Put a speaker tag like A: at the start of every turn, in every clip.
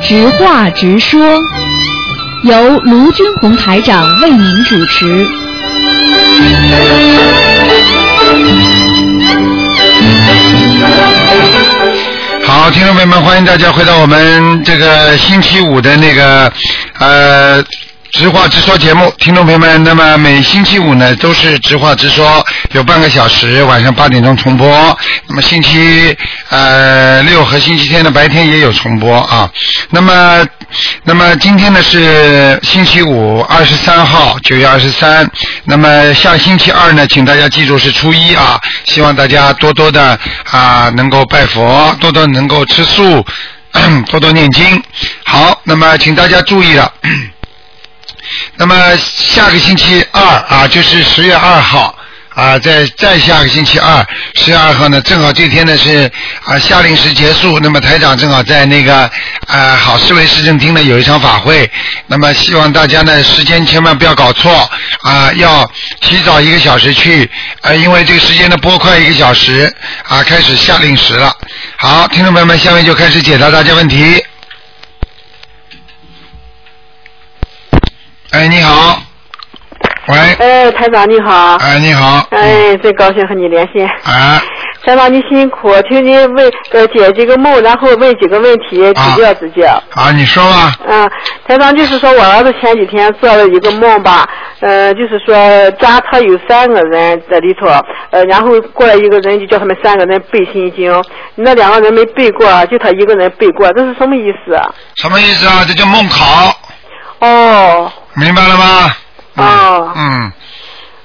A: 直话直说，由卢军红台长为您主持。
B: 好，听众朋友们，欢迎大家回到我们这个星期五的那个呃。直话直说节目，听众朋友们，那么每星期五呢都是直话直说，有半个小时，晚上八点钟重播。那么星期呃六和星期天的白天也有重播啊。那么那么今天呢是星期五，二十三号，九月二十三。那么下星期二呢，请大家记住是初一啊，希望大家多多的啊能够拜佛，多多能够吃素， 多多念经。好，那么请大家注意了。那么下个星期二啊，就是十月二号啊，在再下个星期二，十月二号呢，正好这天呢是啊夏令时结束，那么台长正好在那个啊好市委市政厅呢有一场法会，那么希望大家呢时间千万不要搞错啊，要提早一个小时去啊，因为这个时间呢拨快一个小时啊，开始夏令时了。好，听众朋友们，下面就开始解答大家问题。哎，你好，喂，
C: 哎，台长你好。
B: 哎，你好，
C: 哎，真高兴和你连线。
B: 啊，
C: 台长你辛苦，听你问呃解这个梦，然后问几个问题，指教指教。
B: 啊，你说吧，
C: 嗯，台长就是说我儿子前几天做了一个梦吧，呃，就是说家他有三个人在里头，呃，然后过来一个人就叫他们三个人背心经，那两个人没背过，就他一个人背过，这是什么意思啊？
B: 什么意思啊？这叫梦考，
C: 哦，
B: 明白了吗？嗯
C: 哦
B: 嗯，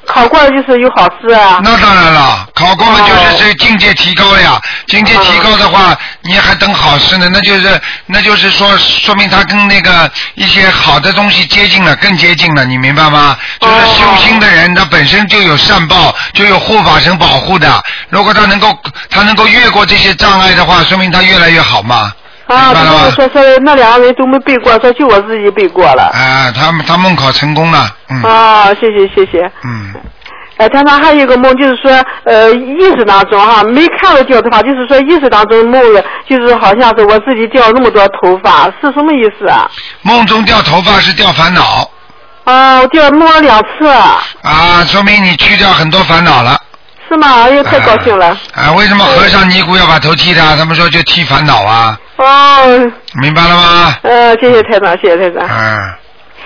C: 考过了就是有好事啊。
B: 那当然了，考过了就是
C: 哦
B: 这境界提高呀。境界提高的话，你还等好事呢，那就是那就是说说明他跟那个一些好的东西接近了，更接近了，你明白吗？就是
C: 哦
B: 修心的人，他本身就有善报，就有护法神保护的。如果他能够他能够越过这些障碍的话，说明他越来越好嘛。
C: 啊，
B: 明白
C: 他
B: 了
C: 们
B: 吗？
C: 说说那两个人都没背过，说就我自己背过了。
B: 啊，他们他梦考成功了，嗯、
C: 啊，谢谢谢谢。
B: 嗯，
C: 呃，他长还有一个梦，就是说，呃，意识当中哈、没看到掉头发，就是说意识当中梦了，就是好像是我自己掉那么多头发，是什么意思啊？
B: 梦中掉头发是掉烦恼
C: 啊，我掉摸了两次，
B: 啊，说明你去掉很多烦恼了。
C: 是吗？哎呦，太高兴了。
B: 啊，为什么和尚尼姑要把头剃掉？他们说就剃烦恼啊，
C: 哦，
B: 明白了吗？
C: 呃，谢谢台长，谢谢台长。
B: 嗯，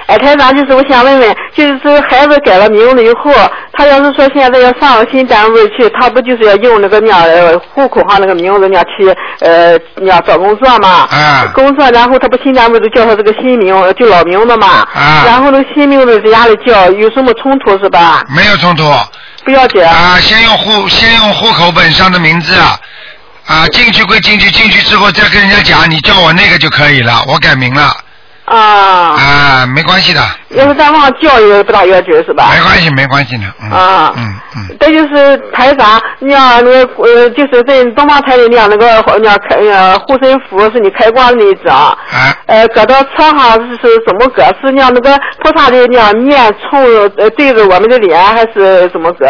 C: 哎，台长，就是我想问问，就是说孩子改了名字以后，他要是说现在要上了新单位去，他不就是要用那个那样呃户口上那个名字那样去呃那样找工作嘛？
B: 啊
C: 工作，然后他不新单位就叫他这个新名，呃就老名字嘛。
B: 啊
C: 然后那个新名字在家里叫，有什么冲突是吧？
B: 没有冲突
C: 不要紧。
B: 啊，先用户先用户口本上的名字啊，啊，进去归进去，进去之后再跟人家讲，你叫我那个就可以了，我改名了
C: 啊。
B: 啊，没关系的，
C: 要是再往上叫也不大要紧是吧？
B: 没关系，没关系的，嗯
C: 啊
B: 嗯嗯，
C: 这就是台长，你像那个呃，就是在东方台里那样那个那样开呃护身符是你开光的那一张，
B: 啊，
C: 呃，搁到车上是是怎么搁？是那样那个菩萨的那样面冲呃对着我们的脸，还是怎么搁？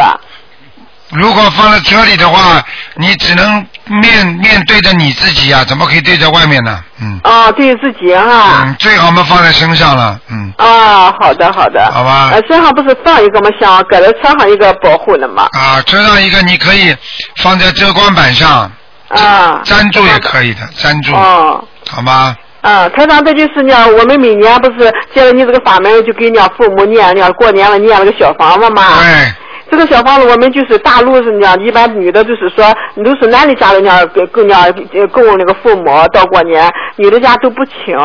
B: 如果放在车里的话，你只能面面对着你自己啊，怎么可以对着外面呢？嗯
C: 啊，对自己哈、
B: 嗯，最好嘛放在身上了，嗯
C: 啊，好的好的。
B: 好吧
C: 呃，身上不是放一个嘛，像搁在车上一个保护的嘛。
B: 啊，车上一个你可以放在遮光板上
C: 啊。
B: 粘住也可以的，粘住，
C: 哦。
B: 好吗？
C: 啊，台长，这就是呢，我们每年不是接了你这个法门，就给你父母念呢，过年了念了个小房子嘛。
B: 对，
C: 这个小房子，我们就是大陆是那样，一般女的就是说，都是男的家里那样给供那样呃供那个父母到过年，女的家都不请，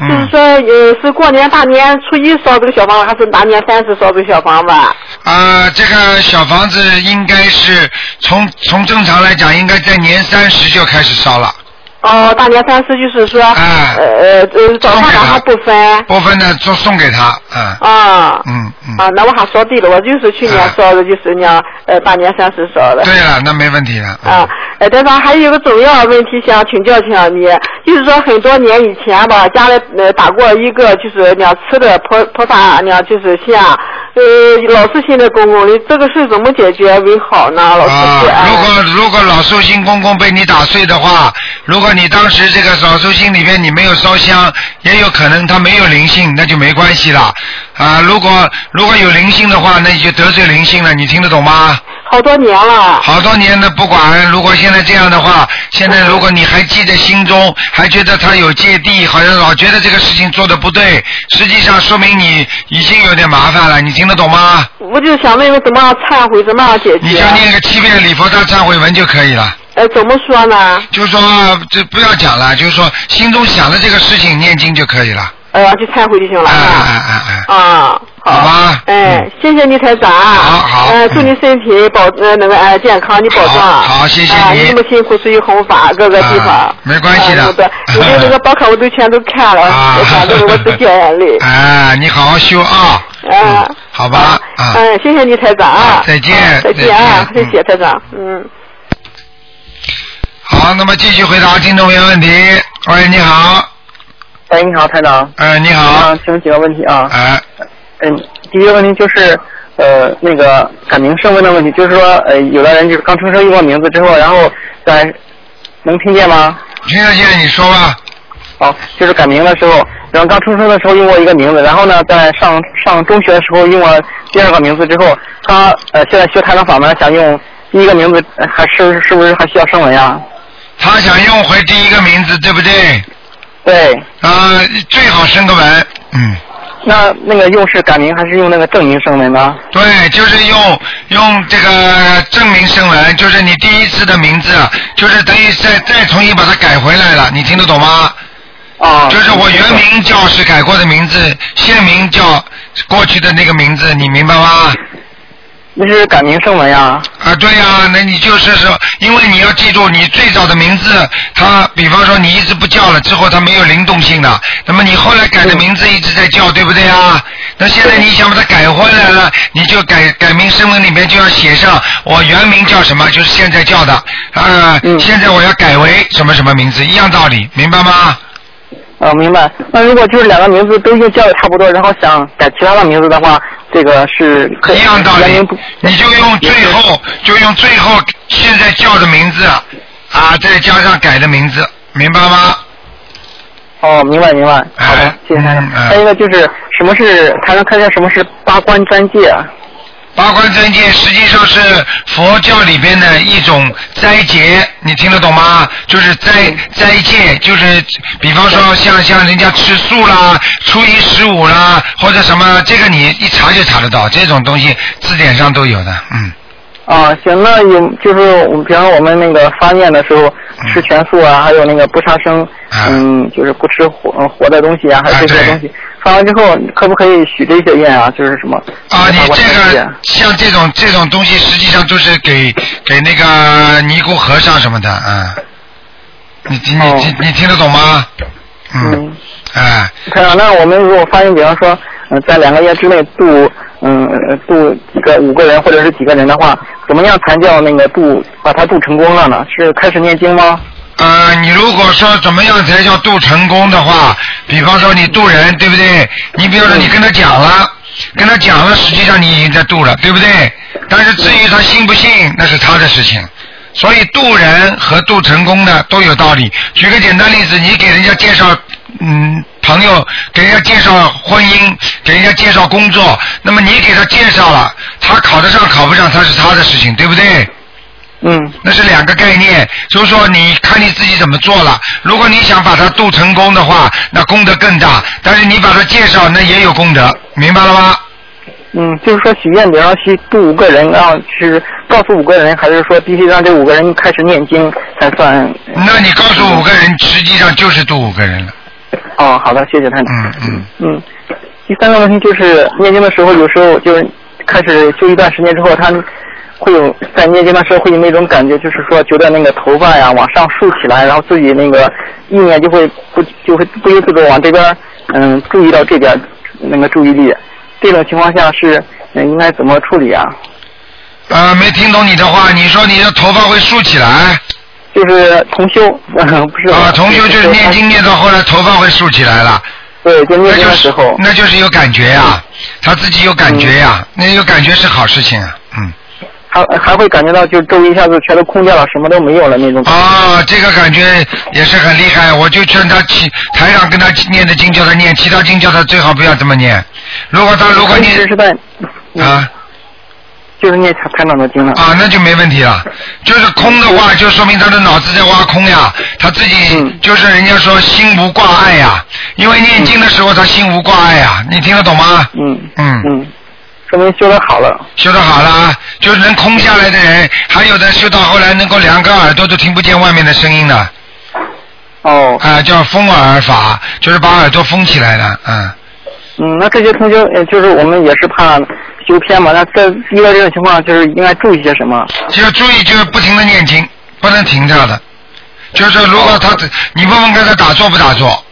B: 嗯
C: 就是说呃是过年大年初一烧这个小房子，还是大年三十烧这个小房子？
B: 啊，这个小房子应该是从从正常来讲，应该在年三十就开始烧了，
C: 哦，大年三十就是说，
B: 哎
C: 呃呃呃早上晚上不分。
B: 部分呢就送给他，嗯
C: 啊，
B: 嗯嗯。
C: 啊，那我还烧对了，我就是去年
B: 哎
C: 烧的，就是那样，呃，大年三十烧的。
B: 对了，那没问题了。嗯
C: 啊，呃，台长还有一个重要问题想请教请教你，就是说很多年以前吧，家里呃打过一个就是那样吃的菩菩萨那样就是像，呃，老是现在公公的，这个事怎么解决为好呢？老
B: 啊
C: 师哎不，安。
B: 如果如果老寿星公公被你打碎的话，如果你当时这个老寿星里面你没有烧香，也有可能它没有灵性，那就没关系了。啊，如果如果有灵性的话，那你就得罪灵性了，你听得懂吗？
C: 好多年了，
B: 好多年的不管，如果现在这样的话，现在如果你还记在心中，还觉得他有芥蒂，好像老觉得这个事情做的不对，实际上说明你已经有点麻烦了，你听得懂吗？
C: 我就想问问怎么样忏悔，怎么样解
B: 你
C: 决
B: 就？念个七遍礼佛大忏悔文就可以了。
C: 呃，怎么说呢？
B: 就说这不要讲了，就是说心中想的这个事情念经就可以了。
C: 呃，去忏悔就行了。
B: 哎
C: 是吧
B: 哎哎哎，
C: 啊，好
B: 好吧
C: 哎
B: 嗯，
C: 谢谢你台长。
B: 好好
C: 呃，祝你
B: 嗯
C: 身体保呃那个呃健康，你保重。
B: 好好谢谢
C: 啊
B: 你
C: 那么辛苦出去弘法各个地
B: 啊
C: 方。
B: 没关系的
C: 啊好的，我的那个博客我都全都看了，
B: 啊
C: 我想着我 都掉眼泪。
B: 哎，你好好修啊。
C: 啊
B: 嗯，好吧，啊。
C: 嗯，谢谢你台长
B: 啊
C: 啊。
B: 再见
C: 啊再见啊，
B: 再见
C: 谢谢台长，嗯。
B: 好，那么继续回答听众朋友问题。喂，你好，
D: 哎，你好，台长。
B: 呃，你好
D: 啊，，请问几个问题啊？
B: 哎，
D: 嗯，第一个问题就是，呃，那个改名声纹的问题，就是说，呃，有的人就是刚出生用过名字之后，然后在能听见吗？
B: 听得见你说吧。
D: 哦，就是改名的时候，然后刚出生的时候用过一个名字，然后呢，在上上中学的时候用了第二个名字之后，他呃现在学台长法门，想用第一个名字，呃还是是不是还需要声纹呀？
B: 他想用回第一个名字，对不对？
D: 对，
B: 啊，最好生个文，嗯，
D: 那那个用是改名还是用那个正名声纹呢？
B: 对，就是用用这个证明声文，就是你第一次的名字，就是等于再再重新把它改回来了，你听得懂吗？
D: 啊，
B: 就是我原名叫是改过的名字，现名叫过去的那个名字，你明白吗？
D: 那是改名声纹呀。
B: 啊，对呀、那你就是说，因为你要记住，你最早的名字，它比方说你一直不叫了，之后它没有灵动性了，那么你后来改的名字一直在叫，对不对啊？那现在你想把它改回来了，你就改改名声纹里面就要写上我原名叫什么，就是现在叫的，啊、
D: 嗯
B: 现在我要改为什么什么名字，一样道理，明白吗？
D: 啊，明白。那如果就是两个名字都已经叫的差不多，然后想改其他的名字的话，这个是可以
B: 一样道
D: 原
B: 理
D: 名不，
B: 你就用最后就用最后现在叫的名字啊，再加上改的名字，明白吗？
D: 哦，明白明白。
B: 哎
D: 好的，谢谢台
B: 嗯
D: 长。
B: 哎
D: 还有一个就是什么是台上看一下什么是八关斋戒啊？
B: 八关斋戒实际上是佛教里边的一种斋节，你听得懂吗？就是斋斋戒，就是比方说像像人家吃素啦、初一十五啦，或者什么，这个你一查就查得到，这种东西字典上都有的，嗯。
D: 啊，行，那有就是我们比方说我们那个发念的时候
B: 嗯
D: 吃全素啊，还有那个不杀生
B: 啊，
D: 嗯，就是不吃活呃活的东西啊，还
B: 啊
D: 有这些
B: 对
D: 东西。发完之后，可不可以许这些愿啊？就是什么？
B: 啊，你
D: 八关
B: 这
D: 斋戒
B: 个像这种这种东西，实际上都是给给那个尼姑和尚什么的，啊。你你你
D: 哦
B: 你你听得懂吗？嗯，
D: 嗯。
B: 哎，
D: 台长，啊那我们如果发现，比方说，嗯，在两个月之内度，嗯，呃度几个五个人或者是几个人的话，怎么样才叫那个度把它度成功了呢？是开始念经吗？
B: 呃，你如果说怎么样才叫渡成功的话，比方说你渡人，对不对？你比方说你跟他讲了，跟他讲了，实际上你已经在渡了，对不对？但是至于他信不信，那是他的事情。所以渡人和渡成功的都有道理。举个简单例子，你给人家介绍，嗯，朋友给人家介绍婚姻，给人家介绍工作，那么你给他介绍了，他考得上考不上，他是他的事情，对不对？
D: 嗯，
B: 那是两个概念，就是说你看你自己怎么做了。如果你想把它渡成功的话，那功德更大；但是你把它介绍，那也有功德，明白了吗？
D: 嗯，就是说许愿，比方说许度五个人，然后是告诉五个人，还是说必须让这五个人开始念经才算？
B: 那你告诉五个人，实际上就是渡五个人了。
D: 哦，好的，谢谢台长。
B: 嗯嗯，
D: 嗯，第三个问题就是念经的时候，有时候就是开始修一段时间之后，他会有在念经的时候会有那种感觉，就是说觉得那个头发呀往上竖起来，然后自己那个意念就会不就会不由自主往这边嗯注意到这边那个注意力，这种情况下是嗯应该怎么处理啊？
B: 呃，没听懂你的话，你说你的头发会竖起来
D: 就是同修，嗯、不是我
B: 啊啊？同修就是念经念到后来头发会竖起来了
D: 对，就念
B: 那
D: 经
B: 就
D: 的时
B: 是
D: 候，嗯
B: 那就是有感觉呀、他自己有感觉呀、那有感觉是好事情啊，嗯。
D: 还还会感觉到就周围一下子全都空掉了，什么都没有了那种感觉。
B: 啊，这个感觉也是很厉害。我就劝他其台上跟他念的经叫他念，其他经叫他最好不要这么念。如果他如果
D: 一
B: 念
D: 直是在，
B: 啊
D: 就是念台台长的经了。
B: 啊，那就没问题了。就是空的话，就说明他的脑子在挖空呀，他自己
D: 嗯
B: 就是人家说心无挂碍呀，因为念经的时候他心无挂碍呀，你听得懂吗？
D: 嗯
B: 嗯
D: 嗯，说明修的好了。
B: 修得好了啊，就是能空下来的人，还有的修到后来能够两个耳朵都听不见外面的声音了。
D: 哦，
B: 啊，叫封耳法，就是把耳朵封起来了，嗯。
D: 嗯，那这些同学，呃就是我们也是怕修偏嘛。那在遇到这种情况，就是应该注意些什么？
B: 就要注意，就是不停的念经，不能停掉的。就是说如果他
D: 哦
B: 只，你问问看他打坐不打坐？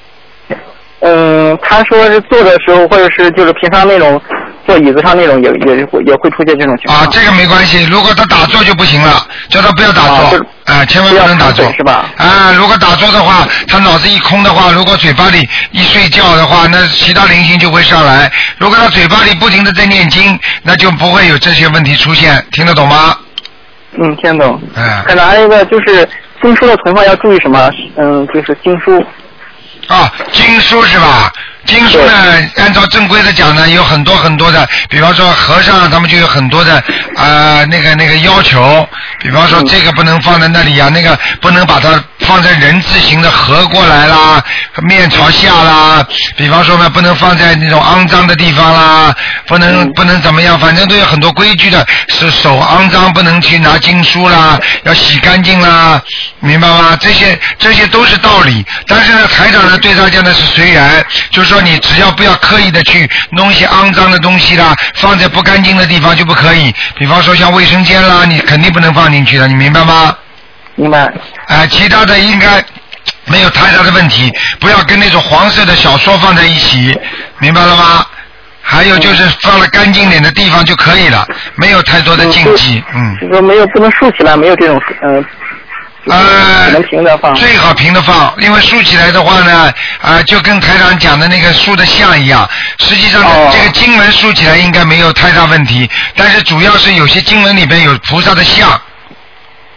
D: 嗯，他说是坐的时候，或者是就是平常那种坐椅子上那种也，也也会也会出现这种情况。
B: 啊，这个没关系。如果他打坐就不行了，叫他不要打
D: 啊
B: 坐
D: 就，
B: 啊，千万不能打
D: 不要
B: 坐
D: 打，坐是吧
B: 啊，如果打坐的话，他脑子一空的话，如果嘴巴里一睡觉的话，那其他灵性就会上来。如果他嘴巴里不停的在念经，那就不会有这些问题出现，听得懂吗？
D: 嗯，听得懂。
B: 嗯。
D: 可能还有一个就是经书的存放要注意什么？嗯，就是经书。
B: 啊，经书是吧？经书呢，按照正规的讲呢，有很多很多的，比方说和尚啊他们就有很多的呃那个那个要求，比方说这个不能放在那里呀、那个不能把它放在人字形的合过来啦，面朝下啦，比方说呢不能放在那种肮脏的地方啦，不能不能怎么样，反正都有很多规矩的，是手肮脏不能去拿经书啦，要洗干净啦，明白吗？这些这些都是道理，但是呢，台长呢对大家呢是随缘，就是说你只要不要刻意的去弄一些肮脏的东西啦，放在不干净的地方就不可以。比方说像卫生间啦，你肯定不能放进去的，你明白吗？
D: 明白。
B: 啊、其他的应该没有太大的问题，不要跟那种黄色的小说放在一起，明白了吗？还有就是放了干净点的地方就可以了，没有太多的禁忌，嗯。
D: 就是说没有不能竖起来，没有这种嗯，
B: 呃
D: 只能平着放。
B: 最好平着放，因为竖起来的话呢，啊、就跟台长讲的那个竖的像一样。实际上呢，
D: 哦
B: 这个经文竖起来应该没有太大问题，但是主要是有些经文里边有菩萨的像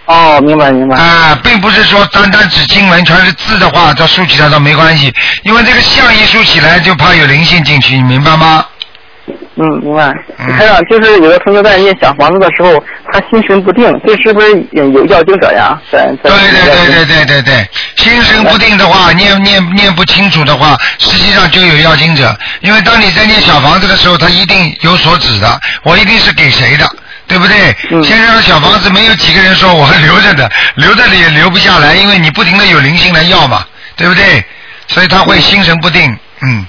B: 啊、
D: 哦，明白明白。
B: 并不是说单单指经文全是字的话，它竖起来倒没关系，因为这个像一竖起来就怕有灵性进去，你明白吗？
D: 嗯，明白。
B: 嗯
D: 台长，就是有的同学在念小房子的时候，他心神不定，这是不是也有要经者呀？在在
B: 对对对对对对对，心神不定的话，念念念不清楚的话，实际上就有要经者。因为当你在念小房子的时候，他一定有所指的，我一定是给谁的，对不对？
D: 嗯
B: 先生的小房子没有几个人说我还留着的，留着的也留不下来，因为你不停的有灵性来要嘛，对不对？所以他会心神不定。嗯，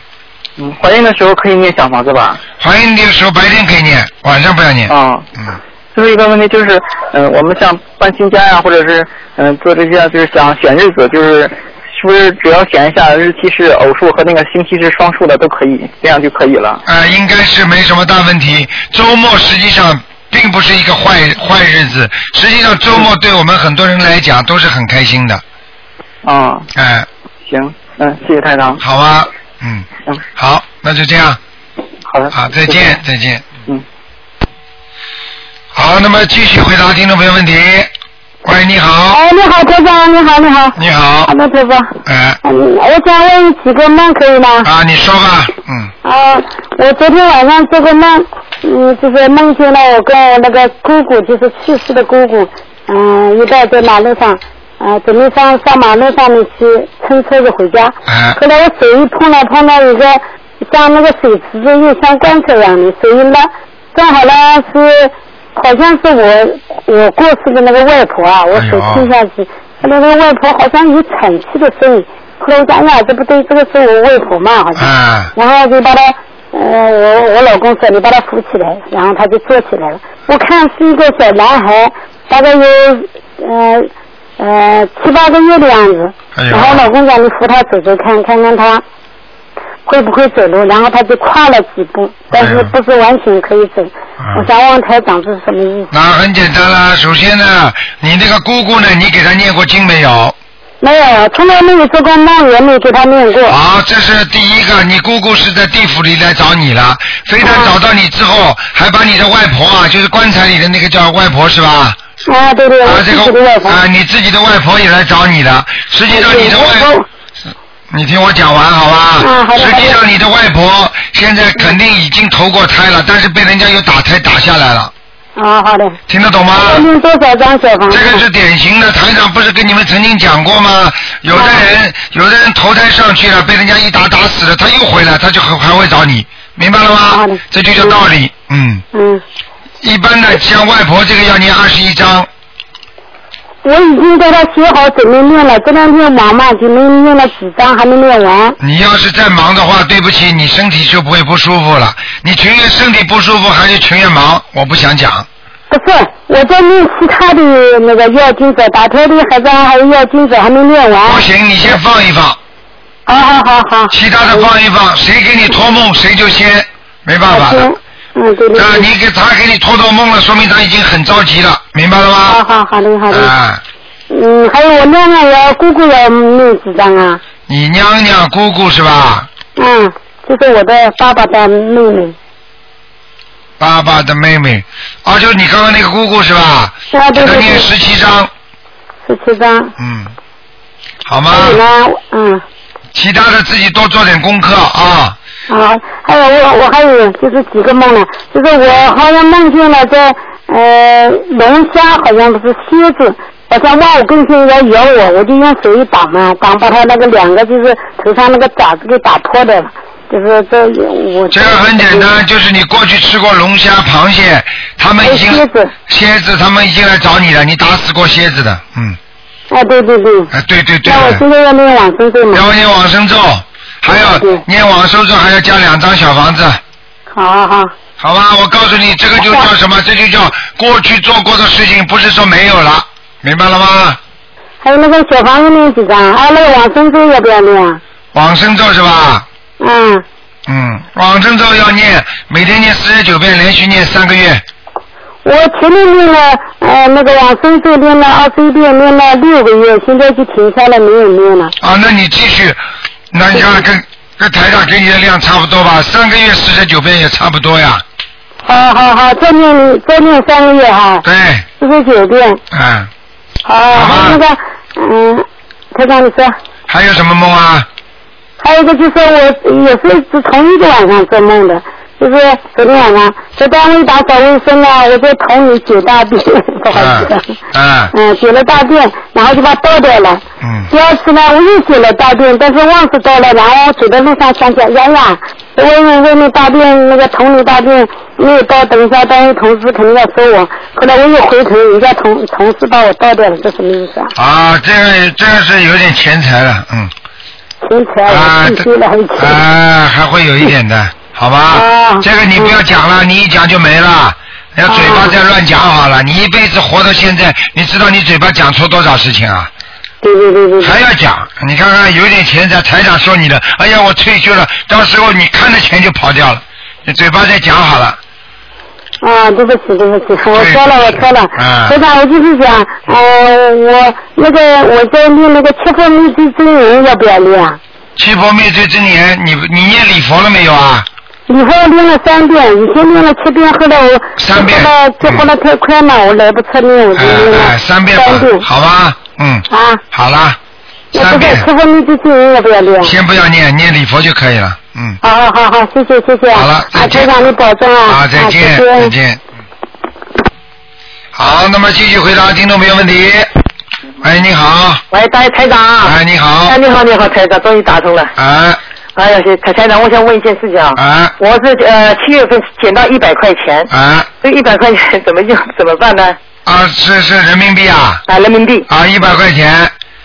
D: 嗯，怀孕的时候可以念小房子吧？
B: 怀孕的时候白天可以念，晚上不要念。
D: 啊、
B: 嗯。
D: 就是一个问题，就是嗯、呃我们像搬新家呀、或者是嗯、呃做这些，就是想选日子，就是是不是只要选一下日期是偶数和那个星期是双数的都可以，这样就可以了。
B: 呃，应该是没什么大问题。周末实际上并不是一个坏坏日子，实际上周末对我们很多人来讲都是很开心的。
D: 啊、
B: 哎、
D: 行，嗯，谢谢台长。
B: 好啊，嗯，
D: 嗯，
B: 好，那就这样，
D: 好的。
B: 好，再见，再见。
D: 嗯。
B: 好，那么继续回答听众朋友问题。喂，你好，
E: 哎，你好，台长，你好，你好。
B: 你好
E: 好，的，台长。
B: 哎、
E: 嗯，我想问几个梦可以吗？
B: 啊，你说吧，嗯，
E: 啊，我昨天晚上做个梦，嗯，就是梦见了我跟我那个姑姑，就是去世的姑姑，嗯，一道在马路上，啊，准备上上马路上面去乘车子回家。
B: 哎、
E: 后来我手一碰了碰到一个像那个水池子又像棺材一样的，手一拉，正好呢是好像是我我过世的那个外婆啊，我手
B: 哎呦
E: 轻下去，后来那个外婆好像有喘气的声音，后来我想哎呀这不对，这个是我外婆嘛，好像，
B: 哎、
E: 然后就把她。呃，我我老公说你把她扶起来，然后她就坐起来了。我看是一个小男孩，大概有呃呃七八个月的样子。
B: 哎
E: 然后我老
B: 呦，
E: 公让你扶他走走看，看看他会不会走路，然后他就跨了几步，但
B: 哎
E: 是
B: 呀
E: 不是完全可以走。
B: 嗯
E: 我想问台长这是什么意思？
B: 那很简单啦。首先呢，你那个姑姑呢，你给她念过经没有？
F: 没有，从来没有做过梦，也没给他念过。
B: 好，啊这是第一个，你姑姑是在地府里来找你了，非
F: 啊
B: 但找到你之后，还把你的外婆啊，就是棺材里的那个叫外婆是吧？
F: 啊，对对，
B: 啊
F: 我，
B: 这
F: 自己的外
B: 个
F: 婆。
B: 啊，你自己的外婆也来找你了。实际上你的外
F: 对我
B: 你听我讲完好吧？
F: 嗯好的
B: 实际
F: 好
B: 上
F: 的
B: 你的外婆现在肯定已经投过胎了，但是被人家又打胎打下来了，
E: 哦
F: 啊，好的。
B: 听得懂吗？
F: 要念多少张小房子？
B: 这个是典型的，台长不是跟你们曾经讲过吗？有的
F: 嗯
B: 人，有的人投胎上去了，被人家一打打死了，他又回来，他就还还会找你，明白了
F: 好
B: 吗
F: 的？
B: 这就叫道理。嗯，
F: 嗯，
B: 一般的像外婆这个要念二十一章，
F: 我已经给他写好准备念了，这两天忙嘛，就没念了几张，还没念完。
B: 你要是再忙的话，对不起，你身体就不会不舒服了。你情愿身体不舒服，还是情愿忙？我不想讲。
F: 不是，我在念其他的那个药经者，打胎的还在，还有药经者还没念完。
B: 不行，你先放一放，
F: 好好好好。
B: 其他的放一放，谁给你托梦谁就先，没办法的。
F: 好嗯，对对
B: 啊，
F: 对。
B: 你给他给你托托梦了，说明他已经很着急了，明白了
F: 好
B: 吗？
F: 好好的好的。
B: 啊，
F: 嗯，还有我娘娘要姑姑要念几张啊？
B: 你娘娘姑姑是吧？
F: 嗯，就是我的爸爸的妹妹。
B: 爸爸的妹妹，啊，就是你刚刚那个姑姑是吧？
F: 啊，
B: 给
F: 对
B: 他
F: 对
B: 念
F: 对，
B: 十七章，
F: 十七张。
B: 嗯，好吗？
F: 还有呢，嗯，
B: 其他的自己多做点功课啊。
F: 好，还有我我还有就是几个梦呢，就是我好像梦见了在呃龙虾，好像不是蝎子，好像往我跟前要咬我，我就用手一挡嘛，挡把它那个两个就是头上那个爪子给打破的了，就是这我
B: 这个很简单，就是你过去吃过龙虾、螃蟹，他们已经
F: 还哎有蝎子
B: 蝎子他们已经来找你了，你打死过蝎子的，嗯，
F: 哎，对对对，
B: 哎，对对对
F: 那我
B: 的。
F: 现在要念往生咒嘛，
B: 要念往生咒，还要
F: 对
B: 念往生咒，还要加两张小房子，
F: 好好好，
B: 好吧？我告诉你，这个就叫什么？这就叫过去做过的事情，不是说没有了，明白了吗？
F: 还有那个小房子念几张，还有那个往生咒要不要念啊？
B: 往生咒是吧？
F: 嗯，
B: 嗯，往生咒要念，每天念四十九遍，连续念三个月。
F: 我前面练了呃那个往生咒练了二十一遍，练了六个月，现在就停下来没有练了。
B: 啊，那你继续，那你看跟跟台长给你的量差不多吧？三个月四十九遍也差不多呀。
F: 好好好，再练再练三个月哈，
B: 对，
F: 四十九遍。
B: 嗯，
F: 好，
B: 好吧
F: 那个嗯，台长你说，
B: 还有什么梦啊？
F: 还有一个就是我也是是同一个晚上做梦的，就是昨天晚上在单位打扫卫生啊，我在桶里解大便，不好意
B: 嗯
F: 思。
B: 嗯
F: 嗯，解了大便，然后就把它倒掉了。
B: 嗯
F: 第二次呢，我又解了大便，但是忘记倒了，然后走在路上想起来，哎呀，外面外面大便那个桶里大便没有倒，等一下单位同事肯定要说我。后来我又回头，人家同同事把我倒掉了，这什么意思啊？
B: 啊，这个这个是有点钱财了，嗯。
F: 钱财
B: 啊
F: 我必须了，还有
B: 这
F: 钱。
B: 啊，还会有一点的，好吧？
F: 啊嗯
B: 这个你不要讲了，你一讲就没了。人家嘴巴
F: 啊
B: 再乱讲好了，你一辈子活到现在，你知道你嘴巴讲出多少事情啊？
F: 对对对对对，
B: 还要讲？你看看，有点钱在台长说你的，哎呀，我退休了，到时候你看着钱就跑掉了，你嘴巴再讲好了。
F: 啊，对不起，对不起，我
B: 对
F: 错了，我错了。
B: 啊
F: 所以我就是想，呃，我那个我在念那个七分密集真言，要不要念啊？
B: 七佛灭罪真言，你你念礼佛了没有啊？
F: 以后练了三遍，以前练了七遍，后来我
B: 三遍嗯
F: 后来结婚了太快嘛，我来不及练，我就
B: 哎
F: 练了
B: 哎，三遍吧
F: 嗯三遍，
B: 好吧？嗯，
F: 啊，
B: 好啦，
F: 那这
B: 三
F: 个
B: 遍
F: 七，分密集经营要不要练？
B: 先不要念，念礼佛就可以了。嗯。
F: 好好好好，谢谢谢谢。
B: 好了再
F: 啊，
B: 见
F: 台长你保重啊。
B: 好，再见，
F: 啊
B: 再。见。嗯好，那么继续回答听众朋友问题。哎，你好，
C: 喂，台台长。
B: 哎，你好，
C: 哎，你好，你好，台长，终于打通了。
B: 哎
C: 哎呀，谢台台长，我想问一件事情啊。
B: 哎
C: 我是呃七月份捡到一百块钱，
B: 哎，
C: 这一百块钱 怎么用？怎么办呢？
B: 啊，是是人民币啊，
C: 啊，人民币。
B: 啊，一百块钱，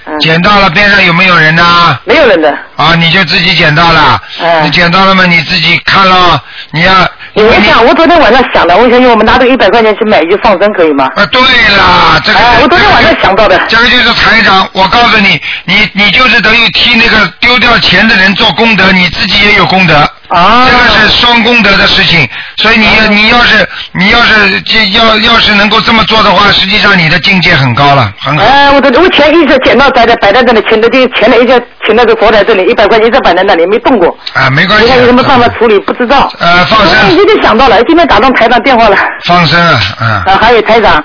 C: 嗯。
B: 捡到了，边上有没有人呢？
C: 没有人的。
B: 啊，你就自己捡到了，
C: 哎
B: 你捡到了吗？你自己看了，你要，
C: 我想，我昨天晚上想的，我想用我们拿这个一百块钱去买鱼放生，可以吗？
B: 啊，对了，这个、
C: 哎，我昨天晚上想到的。
B: 这个就是台长，我告诉你，你你就是等于替那个丢掉钱的人做功德，你自己也有功德。
C: 啊
F: 啊
B: 这个是双功德的事情，所以你要你要是你要是这要要是能够这么做的话，实际上你的境界很高了，很好。
F: 哎，我的我钱一直捡到摆在摆在这里，钱的这钱的一直钱那个佛在这里，一百块钱一直摆在那里没动过。
B: 啊，没关系。
F: 你看有什么办法处理？不知道。
B: 呃放生
F: 我已经想到了，今天打通台长电话了。
B: 放生啊，啊
F: 啊，还有台长，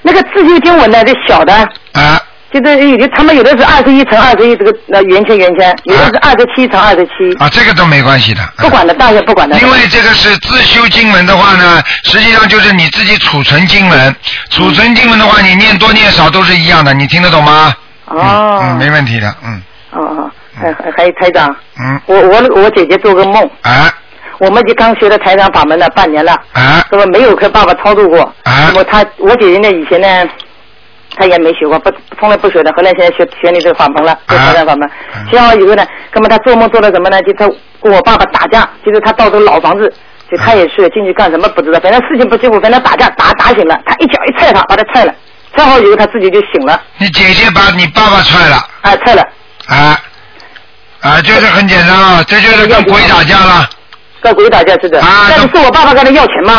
F: 那个自修经文呢，这小的，
B: 啊
F: 就是有的他们有的是二十一乘二十一这个呃圆圈圆圈，有的是二啊十七乘二十七，
B: 啊，这个都没关系的。啊
F: 不管了，大小不管了。
B: 因为这个是自修经文的话呢，实际上就是你自己储存经文，储存经文的话，你念多念少都是一样的，你听得懂吗？
F: 哦
B: 嗯，没问题的，嗯
F: 哦哦，还还还有台长，
B: 嗯，
F: 我我我姐姐做个梦，
B: 啊
F: 我们就刚学了台长法门了半年了。
B: 啊
F: 那么没有和爸爸操作过。
B: 啊
F: 那么他，我姐姐呢，以前呢，她也没学过，不从来不学的。后来现在学学你这个法门了，学
B: 啊
F: 财产法门
B: 嗯。
F: 学好以后呢，那么她哎做梦做到什么呢？就她跟我爸爸打架，就是她到这个老房子，就她也是进去干什么不知道，反正事情不清楚，反正打架打打醒了，她一脚一踹他，把他踹了，踹好以后她自己就醒了，
B: 你姐姐把你爸爸踹了，
F: 哎，踹了，
B: 啊啊，就是很简单啊，这就是跟鬼打架了，
F: 跟鬼打架似的。
B: 啊
F: 但是是我爸爸跟他要钱吗？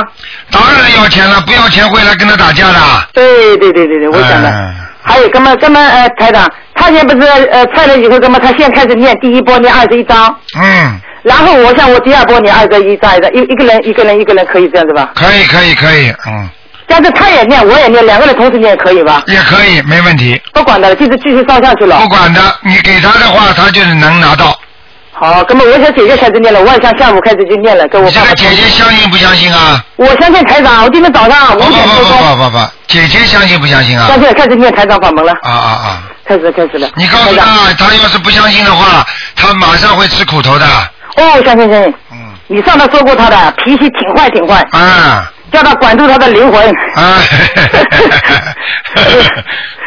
B: 当然要钱了，不要钱会来跟他打架的。
F: 对对对对对，我想的。
B: 嗯
F: 哎还有，哥们，哥们，呃，台长，他现在不是呃菜了以后，哥们，他现在开始念第一波念二十一章，
B: 嗯，
F: 然后我想我第二波念二十一章，一一个人一个人一个人可以这样子吧？
B: 可以可以可以，嗯，
F: 但是他也念，我也念，两个人同时念可以吧？
B: 也可以，没问题，
F: 不管他了，就是继续上下去了
B: 不。管的，你给他的话，他就是能拿到。
F: 好，哥们，我想姐姐开始念了，我也想下午开始就念了，跟我
B: 你这
F: 爸
B: 个
F: 爸。
B: 姐姐相信不相信啊？
F: 我相信台长，我今天早上
B: 不
F: 五
B: 不
F: 点
B: 不
F: 多
B: 不
F: 钟，
B: 不不不，姐姐相信不相信啊？
F: 现在开始念台长法门了，
B: 啊啊啊！
F: 开始开始了。
B: 你告诉
F: 台长，
B: 他，他要是不相信的话，他马上会吃苦头的。
F: 哦，相信相信，
B: 嗯，
F: 你上次说过他的脾气挺坏挺坏，
B: 啊
F: 叫他管住他的灵魂。
B: 啊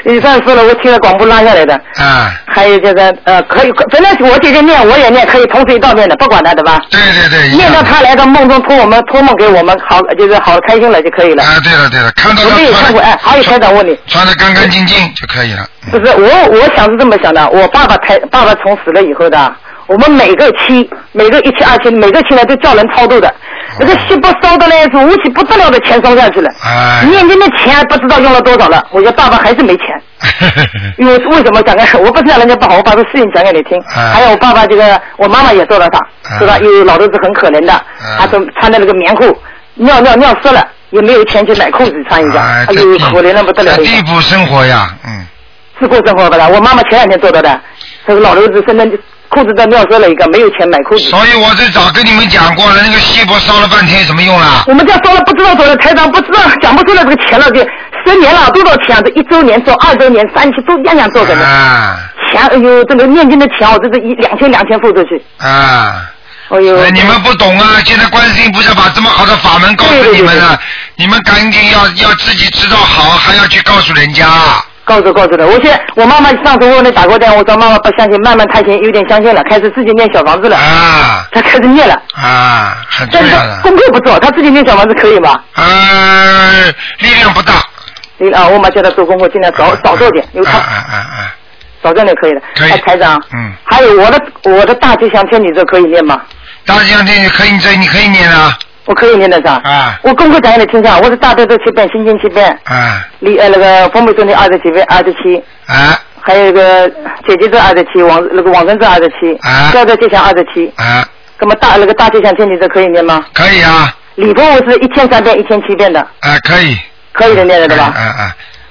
F: 你上次说了，我听了广播拉下来的。
B: 啊！
F: 还有这个呃，可以，本来我姐姐念，我也念，可以同时一道念的，不管他的吧。
B: 对对对，一样
F: 念到他来到梦中托我们托梦给我们，好就是好开心了就可以了。
B: 啊，对了对了，看到
F: 我
B: 他
F: 没有看
B: 穿
F: 过，哎，还有台长问你，
B: 穿的干干净净就可以了。
F: 不
B: 嗯
F: 是我我想是这么想的，我爸爸台爸爸从死了以后的，我们每个期每个一期二期每个期呢都叫人超
B: 哦
F: 度的，那个细胞烧的呢是无奇不得了的钱烧上去了，
B: 哎，
F: 念经的钱不知道用了多少了，我觉得爸爸还是没钱。因为为什么讲给我不是让人家不好，我把这事情讲给你听。
B: 啊
F: 还有我爸爸这个，我妈妈也做了
B: 啊
F: 他，是吧？因为老头子很可怜的，
B: 哎
F: 他都穿的那个棉裤，尿尿尿湿了，也没有钱去买裤子穿一下，
B: 哎，
F: 哎
B: 这
F: 呦，
B: 地
F: 可怜的不得了
B: 这，地府生活呀，嗯，
F: 是过生活不啦？我妈妈前两天做到的，这个老头子身上裤子都尿湿了一个，没有钱买裤子。
B: 所以我是早跟你们讲过了，那个锡箔烧了半天有什么用啊啦？
F: 我们家烧了不知道多少台长，不知道讲不出来这个钱了，这十年了多少钱啊？这一周年做，二周年、三期都样样做着呢。
B: 啊
F: 钱，哎呦，这个念经的钱，哦我这是一两千两千付出去，
B: 啊！
F: 哎呦。
B: 哎，你们不懂啊！现在观世音菩萨把这么好的法门告诉你们了，你们赶紧要要自己知道好，还要去告诉人家。啊
F: 告诉告诉的，我现在我妈妈上次我给你打过电话，我说妈妈不相信，慢慢她已经有点相信了，开始自己念小房子了，
B: 啊
F: 她开始念了，
B: 啊，很重
F: 但是
B: 要
F: 她
B: 的。
F: 功课不做，她自己念小房子可以吗？
B: 呃，力量不大。
F: 你啊，我妈叫她做功课，尽量 早早做点，因为
B: 啊
F: 她
B: 啊啊啊！
F: 早做点可以的。
B: 可以
F: 哎，台长，
B: 嗯
F: 还有我的我的大吉祥天女咒可以念吗？
B: 大吉祥天女可以，这你可以念啊
F: 我可以念的上。
B: 啊
F: 我功课讲给你听上，我是大悲咒七遍，心经七遍，
B: 啊
F: 离呃那个风母咒念二十几遍，二十七。
B: 啊
F: 还有一个姐姐咒二十七，往那个往生咒二十七
B: 啊，
F: 消灾吉祥二十七，
B: 啊，
F: 那么大那个大吉祥天女咒可以念吗？
B: 可以啊
F: 礼佛我是一千三遍、一千七遍的，
B: 啊，可以。
F: 可以的念的对吧？
B: 啊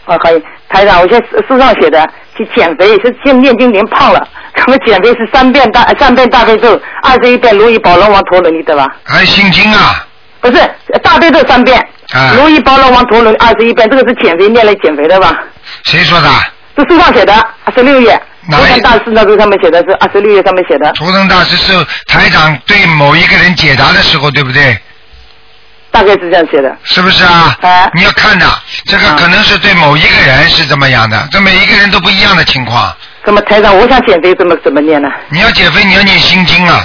B: 啊
F: 啊，可以。台长，我现在书上写的去减肥，是现念经连胖了。他们减肥是三遍大三遍大悲咒，二十一遍如意宝龙王陀罗尼对吧？
B: 还有心经啊
F: 不是大悲咒三遍，
B: 啊，
F: 如意宝龙王陀罗尼二十一遍，这个是减肥念来减肥的吧？
B: 谁说的？
F: 这书上写的二十六页，
B: 哪
F: 佛山大师那书上面写的是二十六页上面写的，
B: 图腾大师是台长对某一个人解答的时候，对不对？
F: 大概是这样写的。
B: 是不是啊？
F: 哎
B: 你要看的，这个
F: 啊
B: 可能是对某一个人是怎么样的，这每一个人都不一样的情况。
F: 那么台长，我想减肥怎么怎么念呢？
B: 你要减肥，你要念心经啊，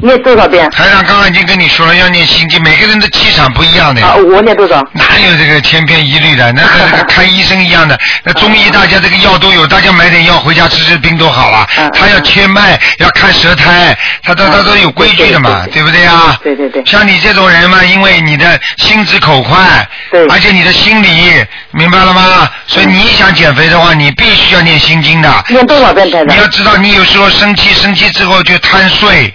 F: 念多少遍？
B: 台长刚刚已经跟你说了，要念心经，每个人的气场不一样的呀。
F: 啊，我念多少？
B: 哪有这个千篇一律的？那跟那个看医生一样的，那中医大家这个药都有，大家买点药回家吃吃冰多好啊
F: 嗯嗯。
B: 他要切脉，要看舌苔，他他他
F: 嗯
B: 都有规矩的嘛，对
F: 对对对
B: 不对啊？
F: 对对对
B: 像你这种人嘛，因为你的心直口快，
F: 对嗯
B: 而且你的心理明白了吗？所以你想减肥的话，你必须要念心经的。
F: 念多少遍台
B: 你要
F: 长？
B: 知道，你有时候生气，生气之后就贪睡，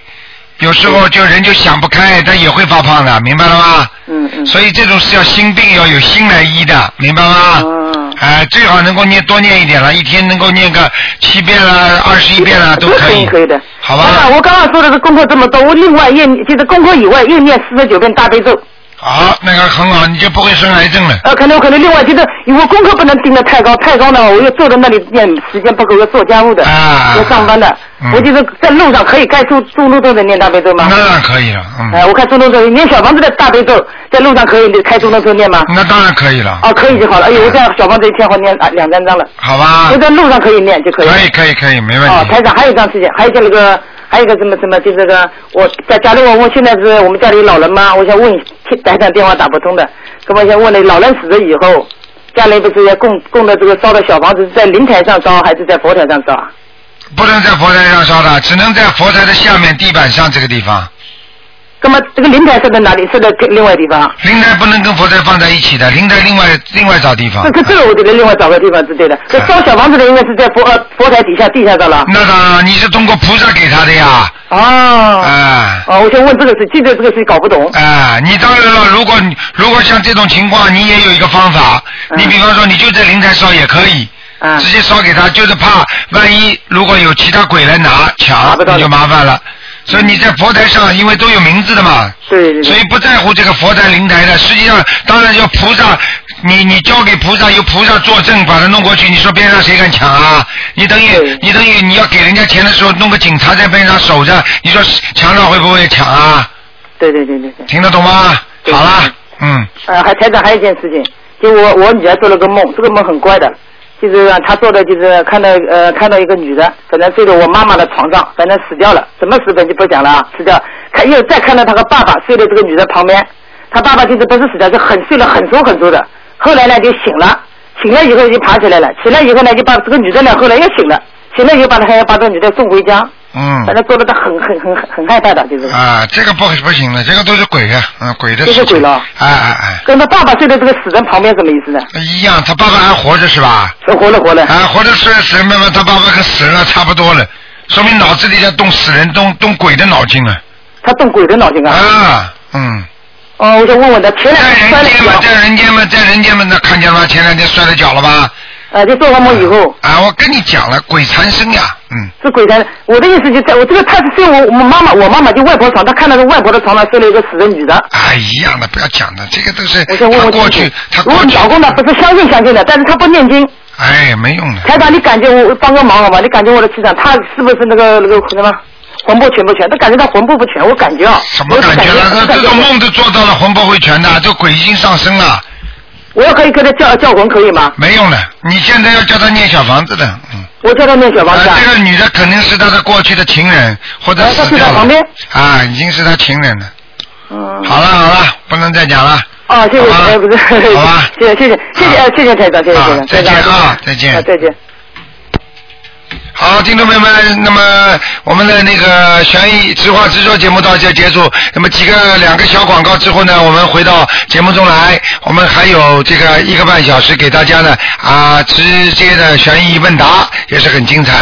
B: 有时候就人就想不开，但也会发胖的，明白了吗？
F: 嗯嗯。
B: 所以这种是要心病要有心来医的，明白吗？
F: 嗯
B: 哎，最好能够念多念一点了，一天能够念个七遍啦、二十一遍啦都可
F: 嗯可
B: 以，啊
F: 可以的。
B: 好
F: 台
B: 吧
F: 长？我刚刚说的是功课这么多，我另外又就是功课以外又念四十九遍大悲咒。
B: 好，那个很好，你就不会生癌症了。
F: 呃，可能我可能另外就是因为功课不能定的太高，太高呢，我又坐在那里念，时间不够，要做家务的，
B: 啊
F: 要上班的，
B: 嗯
F: 我就是在路上可以该住住路都能念大悲咒吗？
B: 那当然可以了，
F: 哎、
B: 嗯，
F: 我看中东咒，念小房子的大悲咒，在路上可以开中东咒念吗？
B: 那当然可以了，
F: 哦，可以就好了。哎呦，我这样小房子一天我念啊两三张了，
B: 好吧
F: 就？在路上可以念就可以了。
B: 嗯可以，可以，可以，没问
F: 哦，台
B: 题。
F: 长，还有一桩事情，还有一个那个，还有一个什么什么，就是这个，我在家里我我现在是我们家里老人嘛，我想问，台长电话打不通的，那么想问你，老人死了以后，家里不是要供供的这个烧的小房子是在灵台上烧还是在佛台上烧啊？
B: 不能在佛台上烧的，只能在佛台的下面地板上这个地方。
F: 那么这个灵台是在哪里？是在另外地方啊？
B: 灵台不能跟佛台放在一起的，灵台另外另外找地方
F: 这。这这个我觉得另外找个地方是对的。这烧小房子的应该是在佛呃佛台底下地下烧了。
B: 那当然，你是通过菩萨给他的呀，
F: 哦。
B: 啊。
F: 哦，我想问这个是，这个这个是搞不懂。
B: 啊，你当然了，如果你如果像这种情况，你也有一个方法，
F: 嗯
B: 你比方说你就在灵台烧也可以，
F: 啊
B: 直接烧给他，就是怕万一如果有其他鬼来拿
F: 拿
B: 抢，
F: 不到
B: 你就麻烦了。所以你在佛台上，因为都有名字的嘛，
F: 对对
B: 所
F: 对。
B: 以不在乎这个佛台灵台的。实际上，当然要菩萨，你你交给菩萨，由菩萨作证把它弄过去。你说边上谁敢抢啊？你等于
F: 对
B: 你等于你要给人家钱的时候，弄个警察在边上守着，你说强盗会不会抢啊？
F: 对对对对对。
B: 听得懂吗？
F: 对
B: 好啦，嗯，
F: 呃，还台长还有一件事情，就我我女儿做了个梦，这个梦很乖的，就是啊她做的就是看到呃看到一个女的，反正睡在我妈妈的床上，反正死掉了，什么死本就不讲了啊，死掉。看又再看到她和爸爸睡在这个女的旁边，她爸爸就是不是死掉，就很睡了很熟很熟的。后来呢就醒了，醒了以后就爬起来了，起来以后呢就把这个女的呢后来又醒了，醒了以后把她还要把这个女的送回家，反
B: 嗯，
F: 正做的她很很很很害怕的，就是。
B: 啊，这个不不行了，这个都是鬼啊，嗯，鬼的
F: 这
B: 事
F: 是
B: 情。
F: 鬼了
B: 哎哎
F: 跟她爸爸睡在这个死人旁边什么意思呢？
B: 哎，一样，他爸爸还活着是 吧？
F: 呃活了活了。
B: 啊，活着虽然死人慢慢，他爸爸跟死人了差不多了，说明脑子里在动死人动动鬼的脑筋了。
F: 他动鬼的脑筋啊！
B: 啊，嗯，哎
F: 哦，我就问问他，前两
B: 在
F: 天摔
B: 人
F: 了
B: 间嘛，
F: 跤，
B: 在人间嘛，在人间嘛，那看见了吧？前两天摔了脚了吧？
F: 呃，就做完梦以后
B: 啊，我跟你讲了，鬼缠身呀，嗯，
F: 是鬼才。我的意思就在我这个，他是睡我我妈妈，我妈妈就外婆床，他看到是外婆的床上睡了一个死的女的。
B: 啊，一样的，不要讲的，这个都是
F: 我就问
B: 他
F: 问
B: 过
F: 清
B: 去
F: 楚，
B: 他
F: 如
B: 过
F: 果
B: 去，
F: 老公呢不是相信相信的，但是他不念经。
B: 哎，没用的。
F: 台长，你感觉我帮个忙好吗？你感觉我的气场，他是不是那个那个什么魂魄全不全？他感觉他魂魄不全，我感觉啊，
B: 什么
F: 我就
B: 感觉了？
F: 我
B: 这这
F: 感觉
B: 种梦都做到了，魂魄会全的，这鬼已经上身了，
F: 我要可以跟他叫叫魂可以吗？
B: 没用的。你现在要叫他念小房子的，嗯，
F: 我叫他念小房子啊
B: 呃，这个女的肯定是他的过去的情人或者
F: 啊她
B: 死
F: 睡
B: 掉
F: 在旁
B: 了
F: 边，
B: 啊，已经是他情人了。
F: 嗯
B: 好了好了，不能再讲了，
F: 哦，谢谢，
B: 嗯好吧
F: 哎，不是，
B: 好吧
F: 谢谢，谢谢，谢谢，呃谢谢台长，谢谢
B: 啊
F: 台长，
B: 再见
F: 台长
B: 啊再见
F: 啊再见。
B: 好，听众朋友们，那么我们的那个悬疑直话直说节目到这结束。那么几个两个小广告之后呢，我们回到节目中来，我们还有这个一个半小时给大家呢啊直接的悬疑问答也是很精彩。